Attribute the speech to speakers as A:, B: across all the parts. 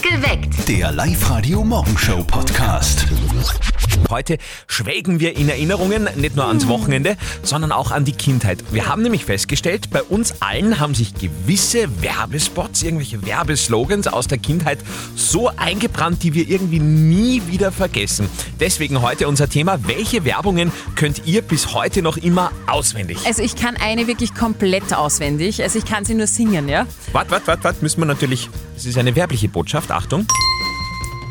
A: Geweckt.
B: Der Live-Radio-Morgenshow-Podcast.
C: Heute schwelgen wir in Erinnerungen, nicht nur ans Wochenende, sondern auch an die Kindheit. Wir haben nämlich festgestellt, bei uns allen haben sich gewisse Werbespots, irgendwelche Werbeslogans aus der Kindheit so eingebrannt, die wir irgendwie nie wieder vergessen. Deswegen heute unser Thema, welche Werbungen könnt ihr bis heute noch immer auswendig?
D: Also ich kann eine wirklich komplett auswendig. Also ich kann sie nur singen, ja.
C: Wart, wart, wart, wart, müssen wir natürlich, es ist eine werbliche Botschaft, Achtung.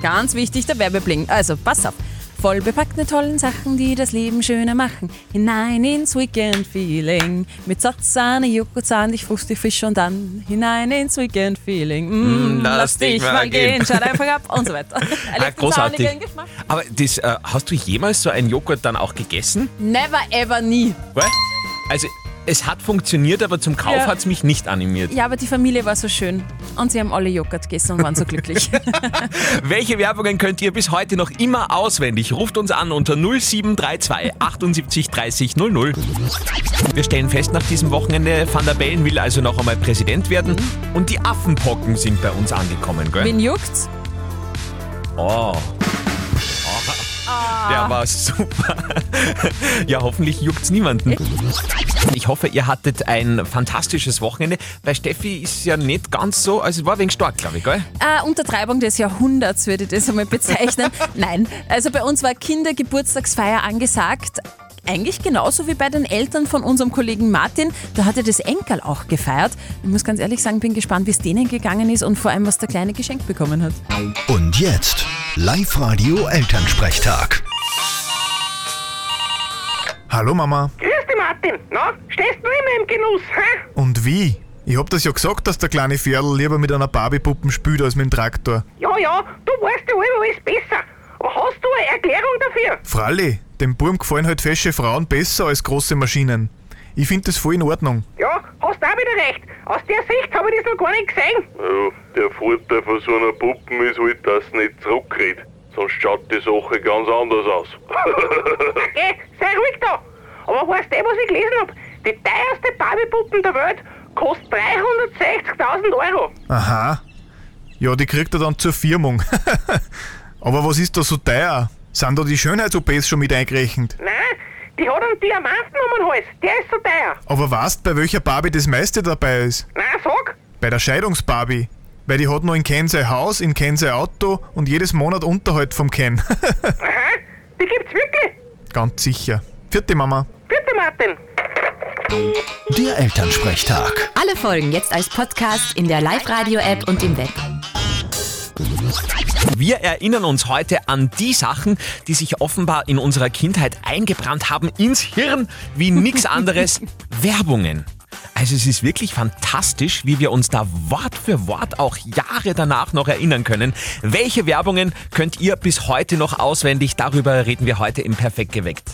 D: Ganz wichtig, der Werbebling. Also pass auf. Voll bepackt mit tollen Sachen, die das Leben schöner machen. Hinein ins Weekend-Feeling. Mit Satzsahne, Joghurt, Sandig, Fruchtig, Fisch und dann hinein ins Weekend-Feeling. Mm,
C: lass dich mal gehen.
D: Schalt einfach ab und so weiter.
C: Ah,
D: Erlebt den sahnigen Geschmack.
C: Aber das, äh, hast du jemals so einen Joghurt dann auch gegessen?
D: Never ever nie.
C: What? Also, es hat funktioniert, aber zum Kauf
D: Ja.
C: hat es mich nicht animiert.
D: Ja, aber die Familie war so schön. Und sie haben alle Joghurt gegessen und waren so glücklich.
C: Welche Werbungen könnt ihr bis heute noch immer auswendig? Ruft uns an unter 0732 78 30 00. Wir stellen fest, nach diesem Wochenende, Van der Bellen will also noch einmal Präsident werden und die Affenpocken sind bei uns angekommen, gell?
D: Wen juckt's?
C: Oh. Oh. Der war super. Ja, hoffentlich juckt's niemanden. Ich hoffe, ihr hattet ein fantastisches Wochenende. Bei Steffi ist es ja nicht ganz so, also es war wegen stark, glaube ich, gell?
D: Äh, Untertreibung des Jahrhunderts würde ich das einmal bezeichnen. Nein, also bei uns war Kindergeburtstagsfeier angesagt. Eigentlich genauso wie bei den Eltern von unserem Kollegen Martin. Da hat er das Enkel auch gefeiert. Ich muss ganz ehrlich sagen, bin gespannt, wie es denen gegangen ist und vor allem, was der Kleine geschenkt bekommen hat.
B: Und jetzt Live-Radio Elternsprechtag.
E: Hallo Mama.
F: Grüß dich, Martin. Na, stehst du immer im Genuss, hä?
E: Und wie? Ich hab das ja gesagt, dass der kleine Ferl lieber mit einer Barbiepuppen spielt als mit dem Traktor.
F: Ja, ja, du weißt ja immer alles besser. Aber hast du eine Erklärung dafür?
E: Fralli, dem Burm gefallen halt fesche Frauen besser als große Maschinen. Ich find das voll in Ordnung.
F: Ja, hast auch wieder recht. Aus der Sicht habe ich das noch gar nicht gesehen.
G: Ja, Also, der Vorteil von so einer Puppe ist halt, dass sie nicht zurückgeht. Sonst schaut die Sache ganz anders aus.
F: Geh, sei ruhig da. Aber weißt du, eh, was ich gelesen habe? Die teuerste Barbiepuppen der Welt kostet 360.000 Euro.
E: Aha. Ja, die kriegt er dann zur Firmung. Aber was ist da so teuer? Sind da die Schönheits-OPs schon mit eingerechnet?
F: Nein, die hat einen Diamanten um den Hals. Der ist so teuer.
E: Aber weißt, bei welcher Barbie das meiste dabei ist?
F: Nein, sag.
E: Bei der Scheidungsbarbie. Weil die hat noch in Ken sein Haus, in Ken sein Auto und jedes Monat Unterhalt vom Ken.
F: Aha, die gibt's wirklich.
E: Ganz sicher. Vierte Mama.
F: Bitte, Martin.
B: Der Elternsprechtag.
H: Alle Folgen jetzt als Podcast in der Live-Radio-App und im Web.
C: Wir erinnern uns heute an die Sachen, die sich offenbar in unserer Kindheit eingebrannt haben ins Hirn wie nichts anderes Werbungen. Also es ist wirklich fantastisch, wie wir uns da Wort für Wort auch Jahre danach noch erinnern können. Welche Werbungen könnt ihr bis heute noch auswendig? Darüber reden wir heute im Perfekt geweckt.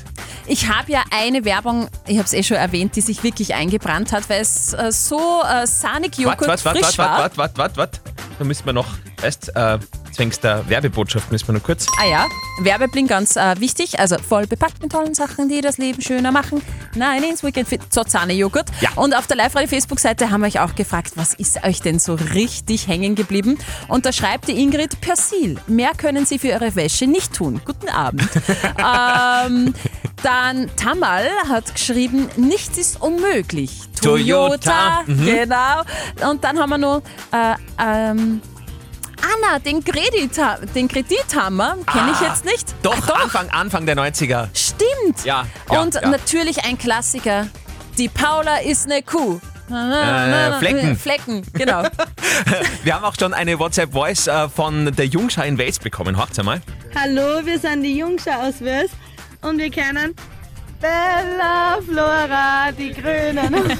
D: Ich habe ja eine Werbung, ich habe es eh schon erwähnt, die sich wirklich eingebrannt hat, weil es äh, so äh, sahnig Joghurt
C: Wart, wart, wart,
D: frisch war.
C: wart, wart, wart, wart. Da müssen wir noch, erst äh, zwängs der Werbebotschaft müssen wir noch kurz.
D: Ah ja, Werbebling ganz äh, wichtig, also voll bepackt mit tollen Sachen, die das Leben schöner machen. Nein, ins Weekend für Zotzane-Joghurt.
C: Ja.
D: Und auf der Live-Radio-Facebook-Seite haben wir euch auch gefragt, was ist euch denn so richtig hängen geblieben? Und da schreibt die Ingrid Persil, mehr können Sie für Ihre Wäsche nicht tun. Guten Abend. ähm, dann Tamal hat geschrieben, nichts ist unmöglich.
C: Toyota. Mhm.
D: Genau. Und dann haben wir noch äh, ähm, Anna, den Kredit, den Kredit haben wir. Kenne ich
C: Ah,
D: jetzt nicht.
C: Doch,
D: Ah, doch.
C: Anfang, Anfang der 90er.
D: Stimmt.
C: Ja, ja,
D: Und
C: ja.
D: natürlich ein Klassiker. Die Paula ist eine Kuh. Äh,
C: Flecken.
D: Flecken, genau.
C: Wir haben auch schon eine WhatsApp-Voice äh, von der Jungschar in Wales bekommen. Hört's einmal.
I: Hallo, wir sind die Jungscha aus Wörs und wir kennen Bella Flora, die Grünen.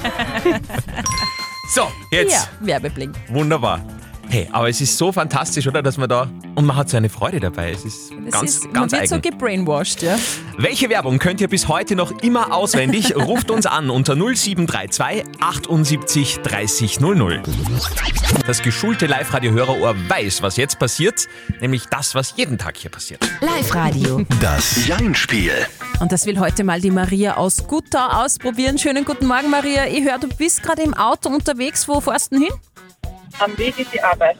C: So, jetzt.
D: Ja, Werbebling.
C: Wunderbar. Hey, aber es ist so fantastisch, oder, dass man da... Und man hat so eine Freude dabei. Es ist
D: Das
C: ganz,
D: ist, man
C: ganz
D: wird
C: eigen.
D: so gebrainwashed, ja.
C: Welche Werbung könnt ihr bis heute noch immer auswendig? Ruft uns an unter 0732 78 30 00. Das geschulte Live-Radio-Hörerohr weiß, was jetzt passiert. Nämlich das, was jeden Tag hier passiert.
H: Live-Radio.
B: Das Jein-Spiel.
D: Und das will heute mal die Maria aus Guttau ausprobieren. Schönen guten Morgen, Maria. Ich höre, du bist gerade im Auto unterwegs. Wo fährst du denn hin?
I: Am Weg in die Arbeit.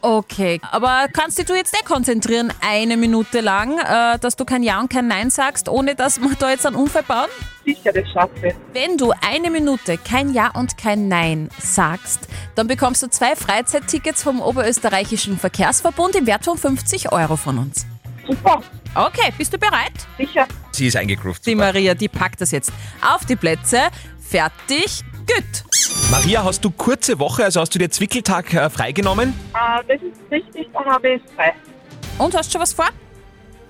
D: Okay, aber kannst dich du jetzt eh konzentrieren, eine Minute lang, äh, dass du kein Ja und kein Nein sagst, ohne dass wir da jetzt einen Unfall bauen?
A: Sicher, das schaffe ich.
D: Wenn du eine Minute kein Ja und kein Nein sagst, dann bekommst du zwei Freizeittickets vom Oberösterreichischen Verkehrsverbund im Wert von 50 Euro von uns.
A: Super,
D: Okay, bist du bereit?
A: sicher.
C: Sie ist eingegroovt.
D: Die
C: Super.
D: Maria, die packt das jetzt. Auf die Plätze, fertig, gut.
C: Maria, hast du kurze Woche, also hast du dir Zwickeltag äh, freigenommen?
A: Äh, das ist richtig, da habe ich es frei.
D: Und hast schon was vor?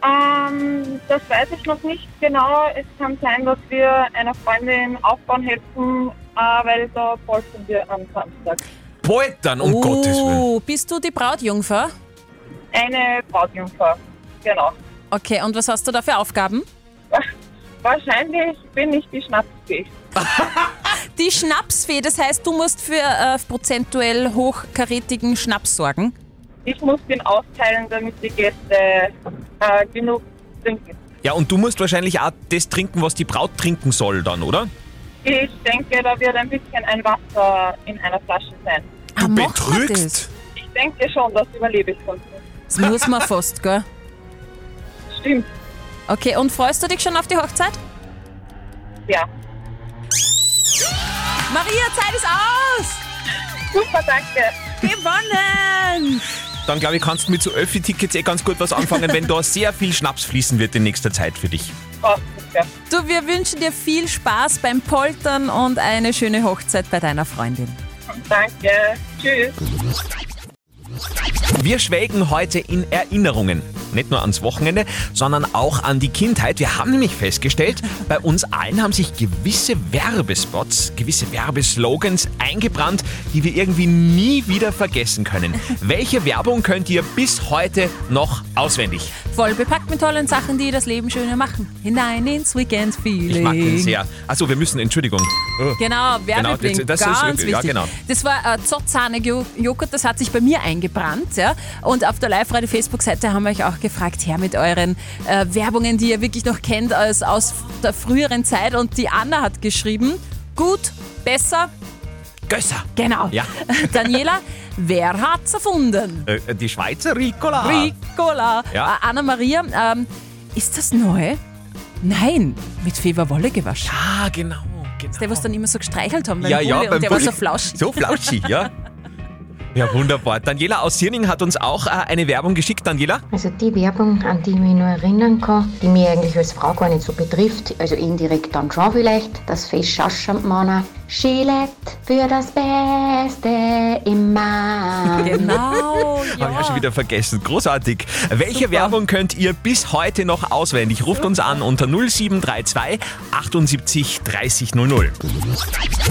A: Ähm, das weiß ich noch nicht genau. Es kann sein, dass wir einer Freundin aufbauen helfen, äh, weil da polstern wir am Samstag.
C: Poltern, um
D: oh,
C: Gottes Willen.
D: bist du die Brautjungfer?
A: Eine Brautjungfer, genau.
D: Okay, und was hast du da für Aufgaben?
A: Wahrscheinlich bin ich die Schnapsfee.
D: Die Schnapsfee, das heißt, du musst für äh, prozentuell hochkarätigen Schnaps sorgen.
A: Ich muss den austeilen, damit die Gäste äh, genug trinken.
C: Ja, und du musst wahrscheinlich auch das trinken, was die Braut trinken soll dann, oder?
A: Ich denke, da wird ein bisschen ein Wasser in einer Flasche sein.
D: Du
C: Betrügst?
A: Ich denke schon, das überlebe ich sonst nicht.
D: Das, das muss man fast, gell?
A: Stimmt,
D: Okay, und freust du dich schon auf die Hochzeit?
A: ja.
D: Maria, Zeit ist aus!
A: Super, danke.
D: Gewonnen!
C: Dann glaube ich, kannst du mit so Öffi-Tickets eh ganz gut was anfangen, wenn da sehr viel Schnaps fließen wird in nächster Zeit für dich.
A: Oh, super.
D: Du, wir wünschen dir viel Spaß beim Poltern und eine schöne Hochzeit bei deiner Freundin.
A: Danke. Tschüss.
C: Wir schwelgen heute in Erinnerungen. Nicht nur ans Wochenende, sondern auch an die Kindheit. Wir haben nämlich festgestellt, bei uns allen haben sich gewisse Werbespots, gewisse Werbeslogans eingebrannt, die wir irgendwie nie wieder vergessen können. Welche Werbung könnt ihr bis heute noch auswendig?
D: Voll bepackt mit tollen Sachen, die das Leben schöner machen. Hinein ins Weekend-Feeling.
C: Ich mag den sehr. Achso, wir müssen, Entschuldigung. Oh.
D: Genau, Werbeblink,
C: Genau, das- das ist
D: ganz
C: wirklich-
D: wichtig.
C: ja, genau.
D: Das war äh, Zott-Sahne-Joghurt, das hat sich bei mir eingebrannt. Ja? Und auf der Live-Radio-Facebook-Seite haben wir euch auch gefragt, her mit euren äh, Werbungen, die ihr wirklich noch kennt als, aus der früheren Zeit. Und die Anna hat geschrieben, gut, besser,
C: Gösser.
D: genau.
C: Ja.
D: Daniela, wer hat's erfunden?
C: Äh, die Schweizer Ricola.
D: Ricola.
C: Ah. Ja.
D: Äh, Anna-Maria, ähm, ist das neu? Nein, mit Feberwolle gewaschen.
C: ah, genau. genau.
D: Der, was dann immer so gestreichelt haben beim
C: ja, ja,
D: Bulli
C: beim
D: und der war so
C: Bulli.
D: flauschig.
C: So flauschig, ja. Ja, wunderbar. Daniela aus Sierning hat uns auch äh, eine Werbung geschickt. Daniela?
J: Also die Werbung, an die ich mich nur erinnern kann, die mich eigentlich als Frau gar nicht so betrifft, also indirekt dann schon vielleicht, das Face Schaschamtmanner. Gillette für das Beste im Mann.
D: Genau,
C: Habe ich ja schon wieder vergessen. Großartig. Welche Werbung könnt ihr bis heute noch auswendig? Ruft uns an unter 0732 78 3000.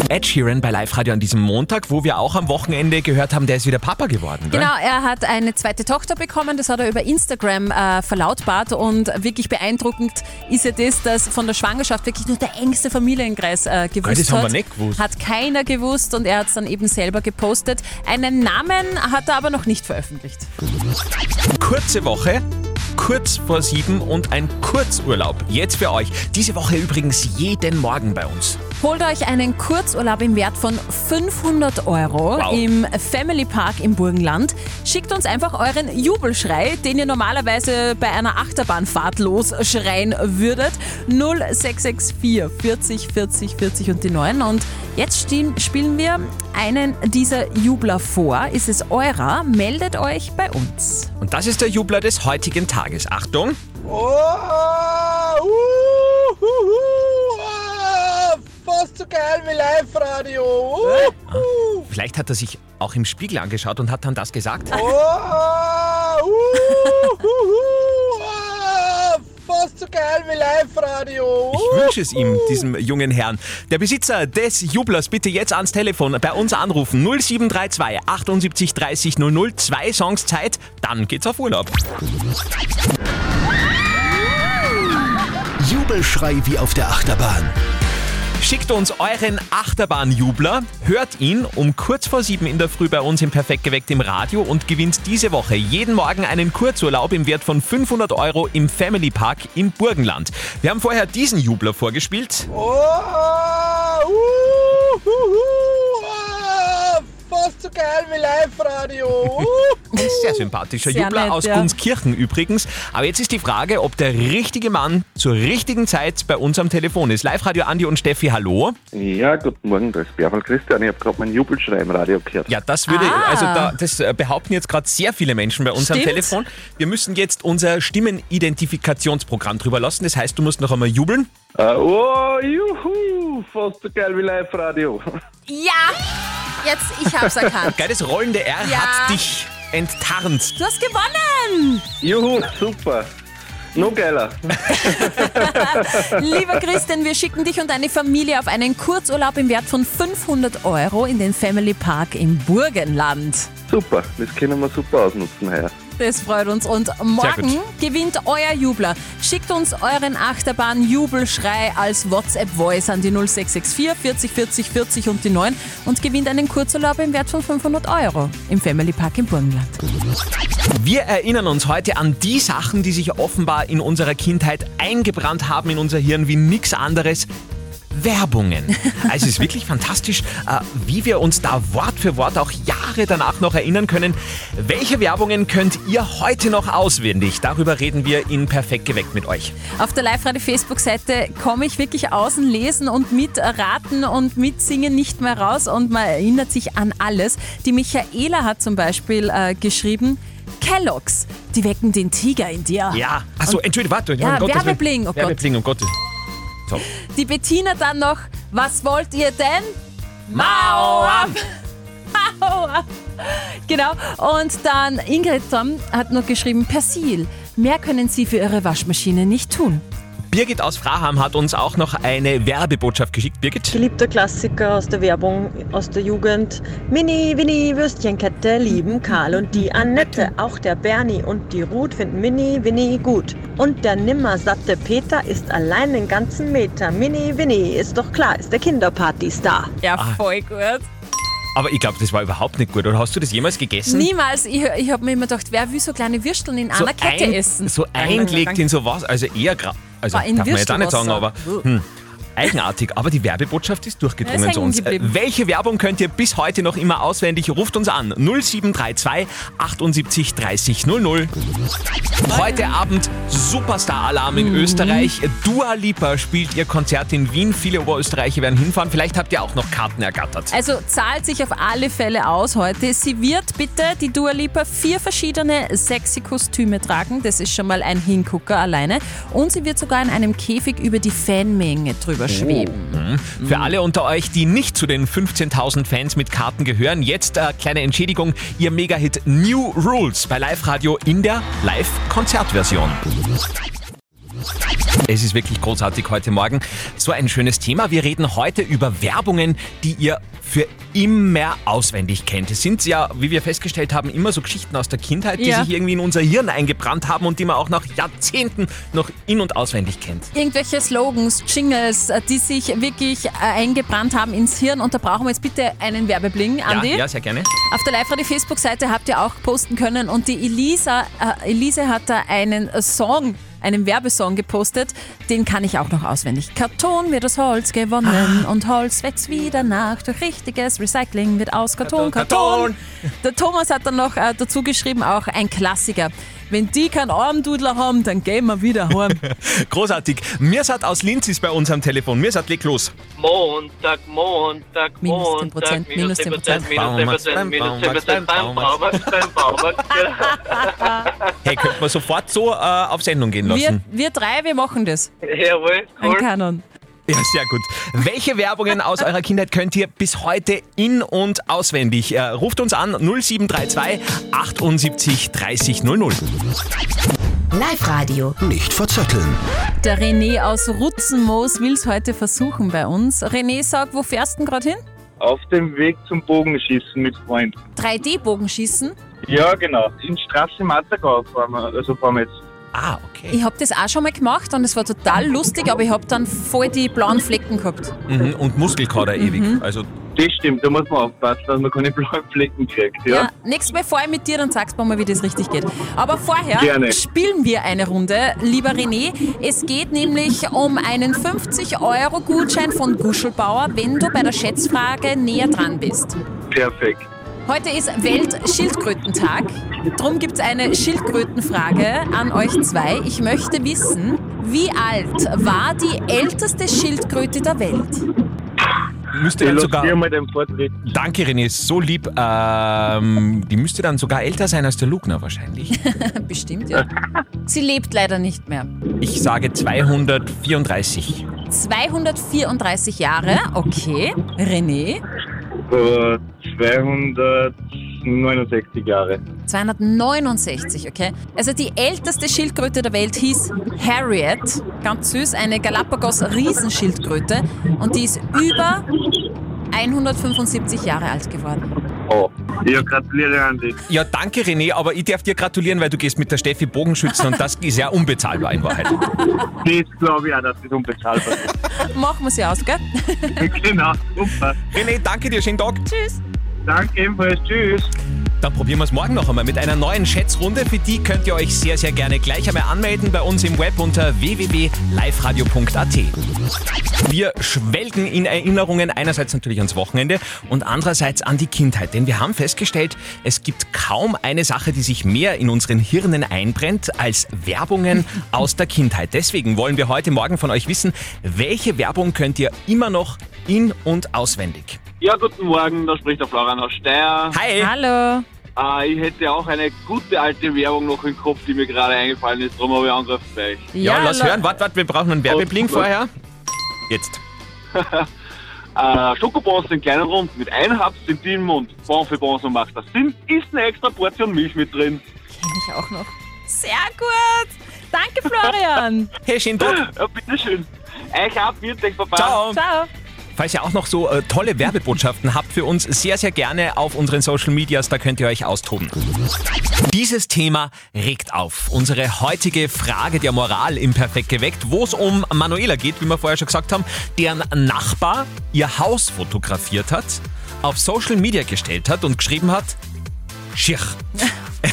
C: Ed Sheeran bei Live Radio an diesem Montag, wo wir auch am Wochenende gehört haben, der ist wieder Papa geworden. gell?
D: Genau, er hat eine zweite Tochter bekommen, das hat er über Instagram äh, verlautbart und wirklich beeindruckend ist ja das, dass von der Schwangerschaft wirklich nur der engste Familienkreis äh, gewusst
C: das haben
D: hat.
C: wir nicht gewusst.
D: Hat keiner gewusst und er hat es dann eben selber gepostet. Einen Namen hat er aber noch nicht veröffentlicht.
C: Kurze Woche, kurz vor sieben und ein Kurzurlaub. Jetzt für euch. Diese Woche übrigens jeden Morgen bei uns.
D: Holt euch einen Kurzurlaub im Wert von 500 Euro
C: Wow.
D: im Family Park im Burgenland. Schickt uns einfach euren Jubelschrei, den ihr normalerweise bei einer Achterbahnfahrt losschreien würdet. 0664 40 40 40 und die 9. Und jetzt stehen, spielen wir einen dieser Jubler vor. Ist es eurer? Meldet euch bei uns.
C: Und das ist der Jubler des heutigen Tages. Achtung! Vielleicht hat er sich auch im Spiegel angeschaut und hat dann das gesagt. Ich wünsche es ihm, diesem jungen Herrn. Der Besitzer des Jublers, bitte jetzt ans Telefon bei uns anrufen. 0732 78 30 00. Zwei Songs Zeit, dann geht's auf Urlaub.
B: Jubelschrei wie auf der Achterbahn.
C: Schickt uns euren Achterbahnjubler, hört ihn um kurz vor sieben in der Früh bei uns im Perfekt geweckt im Radio und gewinnt diese Woche jeden Morgen einen Kurzurlaub im Wert von 500 Euro im Family Park im Burgenland. Wir haben vorher diesen Jubler vorgespielt. Sehr sympathischer
D: Sehr
C: Jubler
D: nett,
C: aus
D: ja.
C: Gunskirchen übrigens. Aber jetzt ist die Frage, ob der richtige Mann zur richtigen Zeit bei uns am Telefon ist. Live-Radio Andi und Steffi, hallo.
K: Ja, guten Morgen, da ist Berwald Christian. Ich habe gerade meinen Jubelschrei im Radio gehört.
C: Ja, das würde,
K: Ah.
C: also da, das äh, behaupten jetzt gerade sehr viele Menschen bei uns am
K: Stimmt.
C: Telefon. Wir müssen jetzt unser Stimmenidentifikationsprogramm drüber lassen. Das heißt, du musst noch einmal jubeln.
K: oh, juhu, fast so geil wie Live-Radio.
D: Ja, jetzt, ich hab's erkannt.
C: Geil, das rollende R
D: Ja.
C: hat dich enttarnt.
D: Du hast gewonnen!
K: Juhu, super. Noch geiler.
D: Lieber Christian, wir schicken dich und deine Familie auf einen Kurzurlaub im Wert von 500 Euro in den Family Park im Burgenland.
K: Super, das können wir super ausnutzen heuer.
D: Das freut uns. Und morgen
K: gut.
D: gewinnt euer Jubler. Schickt uns euren Achterbahn-Jubelschrei als WhatsApp-Voice an die 0664 40 40 40 und die 9 und gewinnt einen Kurzurlaub im Wert von 500 Euro im Family Park im Burgenland.
C: Wir erinnern uns heute an die Sachen, die sich offenbar in unserer Kindheit eingebrannt haben in unser Hirn wie nichts anderes. Werbungen. Also es ist wirklich fantastisch, äh, wie wir uns da Wort für Wort auch Jahre danach noch erinnern können. Welche Werbungen könnt ihr heute noch auswendig? Darüber reden wir in Perfekt geweckt mit euch.
D: Auf der Live-Radio-Facebook-Seite komme ich wirklich außen lesen und mitraten und mitsingen nicht mehr raus und man erinnert sich an alles. Die Michaela hat zum Beispiel äh, geschrieben, Kelloggs, die wecken den Tiger in dir.
C: Ja. Achso, entschuldige, warte.
D: Ja,
C: um Gottes Willen.
D: Werbebling, oh Gott.
C: Werbebling, um Gottes Willen.
D: Die Bettina dann noch, was wollt ihr denn? Mau ab! Mau ab! Genau. Und dann Ingrid Tom hat noch geschrieben, Persil, mehr können Sie für Ihre Waschmaschine nicht tun.
C: So. Birgit aus Fraham hat uns auch noch eine Werbebotschaft geschickt. Birgit?
L: Geliebter Klassiker aus der Werbung, aus der Jugend. Mini, Winnie, Würstchenkette lieben Karl und die Annette. Auch der Bernie und die Ruth finden Mini, Winnie gut. Und der nimmersatte Peter ist allein den ganzen Meter. Mini, Winnie, ist doch klar, ist der Kinderparty-Star.
D: Ja,
C: Ah.
D: voll gut.
C: Aber ich glaube, das war überhaupt nicht gut. Oder hast du das jemals gegessen?
D: Niemals. Ich, ich habe mir immer gedacht, wer will so kleine Würsteln in einer Kette
C: ein-
D: essen?
C: So eingelegt in so was, also eher grau. Also
D: Boah, Ah, in
C: darf man jetzt auch nicht sagen, aber
D: Würstelwasser. Uh.
C: hm, eigenartig. Aber die Werbebotschaft ist
D: Ja,
C: durchgedrungen
D: ist
C: zu
D: hängen
C: uns. Äh,
D: geblieben.
C: Welche Werbung könnt ihr bis heute noch immer auswendig? Ruft uns an 0732 78 30 00. Heute Abend Superstar-Alarm
D: Mhm.
C: in Österreich. Dua Lipa spielt ihr Konzert in Wien. Viele Oberösterreicher werden hinfahren. Vielleicht habt ihr auch noch Karten ergattert.
D: Also zahlt sich auf alle Fälle aus heute. Sie wird bitte, die Dua Lipa, vier verschiedene sexy Kostüme tragen. Das ist schon mal ein Hingucker alleine. Und sie wird sogar in einem Käfig über die Fanmenge drüber
C: Oh.
D: schweben.
C: Mhm. Für alle unter euch, die nicht zu den 15.000 Fans mit Karten gehören, jetzt äh, kleine Entschädigung, ihr Mega-Hit New Rules bei Live Radio in der Live-Konzertversion. Es ist wirklich großartig heute Morgen. So ein schönes Thema. Wir reden heute über Werbungen, die ihr für immer auswendig kennt. Es sind ja, wie wir festgestellt haben, immer so Geschichten aus der Kindheit, die
D: Ja.
C: sich irgendwie in unser Hirn eingebrannt haben und die man auch nach Jahrzehnten noch in- und auswendig kennt.
D: Irgendwelche Slogans, Jingles, äh, die sich wirklich äh, eingebrannt haben ins Hirn. Und da brauchen wir jetzt bitte einen Werbebling, Andi.
C: Ja, ja, sehr gerne.
D: Auf der Live-Radio-Facebook-Seite habt ihr auch posten können und die Elisa, äh, Elise hat da einen Song, einen Werbesong gepostet. Den kann ich auch noch auswendig. Karton wird aus Holz gewonnen und Holz wächst wieder nach. Durch richtiges Recycling wird aus Karton Karton.
C: Karton,
D: Der Thomas hat dann noch äh, dazu geschrieben, auch ein Klassiker. Wenn die keinen Armdudler haben, dann gehen wir wieder heim.
C: Großartig. Mirsat aus Linz ist bei uns am Telefon. Mirsat, leg los.
M: Montag, Montag, Montag.
D: Minus 10 Prozent, minus 10 Prozent.
M: Minus 10 Prozent, minus 10 Prozent. Beim Baumax, beim Baumax.
C: Hey, könnte man sofort so äh, auf Sendung gehen
D: Wir,
C: lassen.
D: wir drei, wir machen das.
M: Jawohl,
D: Ein Kanon.
C: Ja, sehr gut. Welche Werbungen aus eurer Kindheit könnt ihr bis heute in- und auswendig? Äh, ruft uns an 0732 78 30 00.
H: Live-Radio.
B: Nicht verzetteln.
D: Der René aus Rutzenmoos will es heute versuchen bei uns. René, sag, wo fährst du gerade hin?
N: Auf dem Weg zum Bogenschießen mit Freunden.
D: 3D-Bogenschießen?
N: Ja, genau. In Straße Mattergau fahren wir, also fahren wir jetzt.
C: Ah, okay.
D: Ich habe das auch schon mal gemacht und es war total lustig, aber ich habe dann voll die blauen Flecken gehabt.
C: Mhm, und Muskelkater ewig. Also,
N: Das stimmt, da muss man aufpassen, dass man keine blauen Flecken kriegt, ja?
D: Nächstes Mal fahr ich mit dir, dann sagst du mir mal, wie das richtig geht. Aber vorher
N: Gerne.
D: spielen wir eine Runde, lieber René. Es geht nämlich um einen 50-Euro-Gutschein von Guschelbauer, wenn du bei der Schätzfrage näher dran bist.
N: Perfekt.
D: Heute ist Weltschildkrötentag. Drum gibt es eine Schildkrötenfrage an euch zwei. Ich möchte wissen, wie alt war die älteste Schildkröte der Welt?
C: Müsste
N: Ich
C: dann
N: lass
C: sogar.
N: dir mal den Vortritt.
C: Danke, René, ist so lieb. Ähm, die müsste dann sogar älter sein als der Lugner wahrscheinlich.
D: Bestimmt, ja. Sie lebt leider nicht mehr.
C: Ich sage 234.
D: 234 Jahre, okay. René,
N: Äh, 269 Jahre.
D: 269, okay. Also die älteste Schildkröte der Welt hieß Harriet. Ganz süß, eine Galapagos-Riesenschildkröte. Und die ist über 175 Jahre alt geworden.
N: Oh, ich gratuliere an dich.
C: Ja, danke, René, aber ich darf dir gratulieren, weil du gehst mit der Steffi Bogenschützen und das ist ja unbezahlbar in Wahrheit.
N: Das glaube ich auch, dass das unbezahlbar ist.
D: Machen wir sie aus, gell?
N: genau, super.
C: René, danke dir, schönen Tag.
D: Tschüss.
N: Danke ebenfalls, tschüss.
C: Dann probieren wir es morgen noch einmal mit einer neuen Schätzrunde. Für die könnt ihr euch sehr, sehr gerne gleich einmal anmelden bei uns im Web unter www.liveradio.at. Wir schwelgen in Erinnerungen einerseits natürlich ans Wochenende und andererseits an die Kindheit. Denn wir haben festgestellt, es gibt kaum eine Sache, die sich mehr in unseren Hirnen einbrennt als Werbungen aus der Kindheit. Deswegen wollen wir heute Morgen von euch wissen, welche Werbung könnt ihr immer noch in- und auswendig?
N: Ja, guten Morgen, da spricht der Florian aus Steyr.
C: Hi.
D: Hallo.
N: Äh, ich hätte auch eine gute alte Werbung noch im Kopf, die mir gerade eingefallen ist, darum habe ich angerufen bei euch.
C: Ja, Oh, lass hören. Warte, warte, wir brauchen einen Werbeblink vorher. Jetzt.
N: äh, Schokobons in kleinen Runden mit einem Haps sind die im Mund. Bon für Bonson macht das Sinn, ist eine extra Portion Milch mit drin.
D: Kenn ich auch noch. Sehr gut. Danke, Florian.
C: Hey, schönen Tag.
N: Ja, bitteschön. Euch ab, wird euch vorbei.
C: Ah. Ciao.
D: Ciao.
C: Falls ihr auch noch so äh, tolle Werbebotschaften habt für uns, sehr, sehr gerne auf unseren Social Medias, da könnt ihr euch austoben. Dieses Thema regt auf. Unsere heutige Frage der Moral im Perfekt geweckt, wo es um Manuela geht, wie wir vorher schon gesagt haben, deren Nachbar ihr Haus fotografiert hat, auf Social Media gestellt hat und geschrieben hat, Schirch.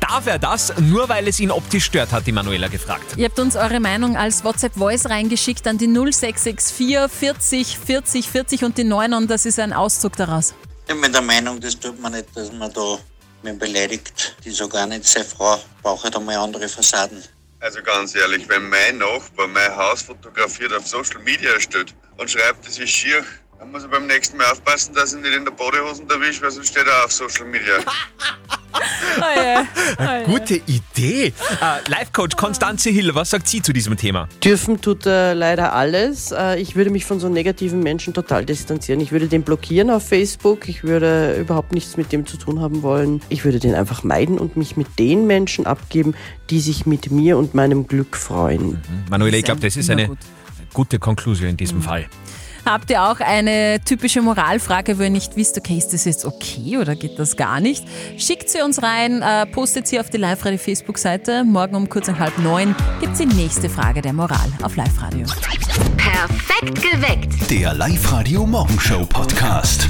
C: Darf er das, nur weil es ihn optisch stört, hat die Manuela gefragt.
D: Ihr habt uns eure Meinung als WhatsApp-Voice reingeschickt an die 0664 40 40 40 und die 9 und das ist ein Auszug daraus.
O: Ich bin der Meinung, das tut man nicht, dass man da mich beleidigt. Die so gar nicht seine Frau, braucht halt einmal andere Fassaden.
P: Also ganz ehrlich, wenn mein Nachbar mein Haus fotografiert, auf Social Media erstellt und schreibt, das ist schier, dann muss er beim nächsten Mal aufpassen, dass ich ihn nicht in der Bodyhosen erwische, weil sonst steht er auf Social Media.
C: Gute Idee. Äh, Life-Coach Konstanze Hill, was sagt sie zu diesem Thema?
Q: Dürfen tut er leider alles. Äh, Ich würde mich von so negativen Menschen total distanzieren. Ich würde den blockieren auf Facebook. Ich würde überhaupt nichts mit dem zu tun haben wollen. Ich würde den einfach meiden und mich mit den Menschen abgeben, die sich mit mir und meinem Glück freuen.
C: Manuela, ich glaube, das ist eine gute Konklusion in diesem Fall.
D: Habt ihr auch eine typische Moralfrage, wo ihr nicht wisst, okay, ist das jetzt okay oder geht das gar nicht? Schickt sie uns rein, äh, postet sie auf die Live-Radio Facebook-Seite. Morgen um kurz nach halb neun gibt's die nächste Frage der Moral auf Live-Radio.
H: Perfekt geweckt.
B: Der Live-Radio Morgenshow Podcast.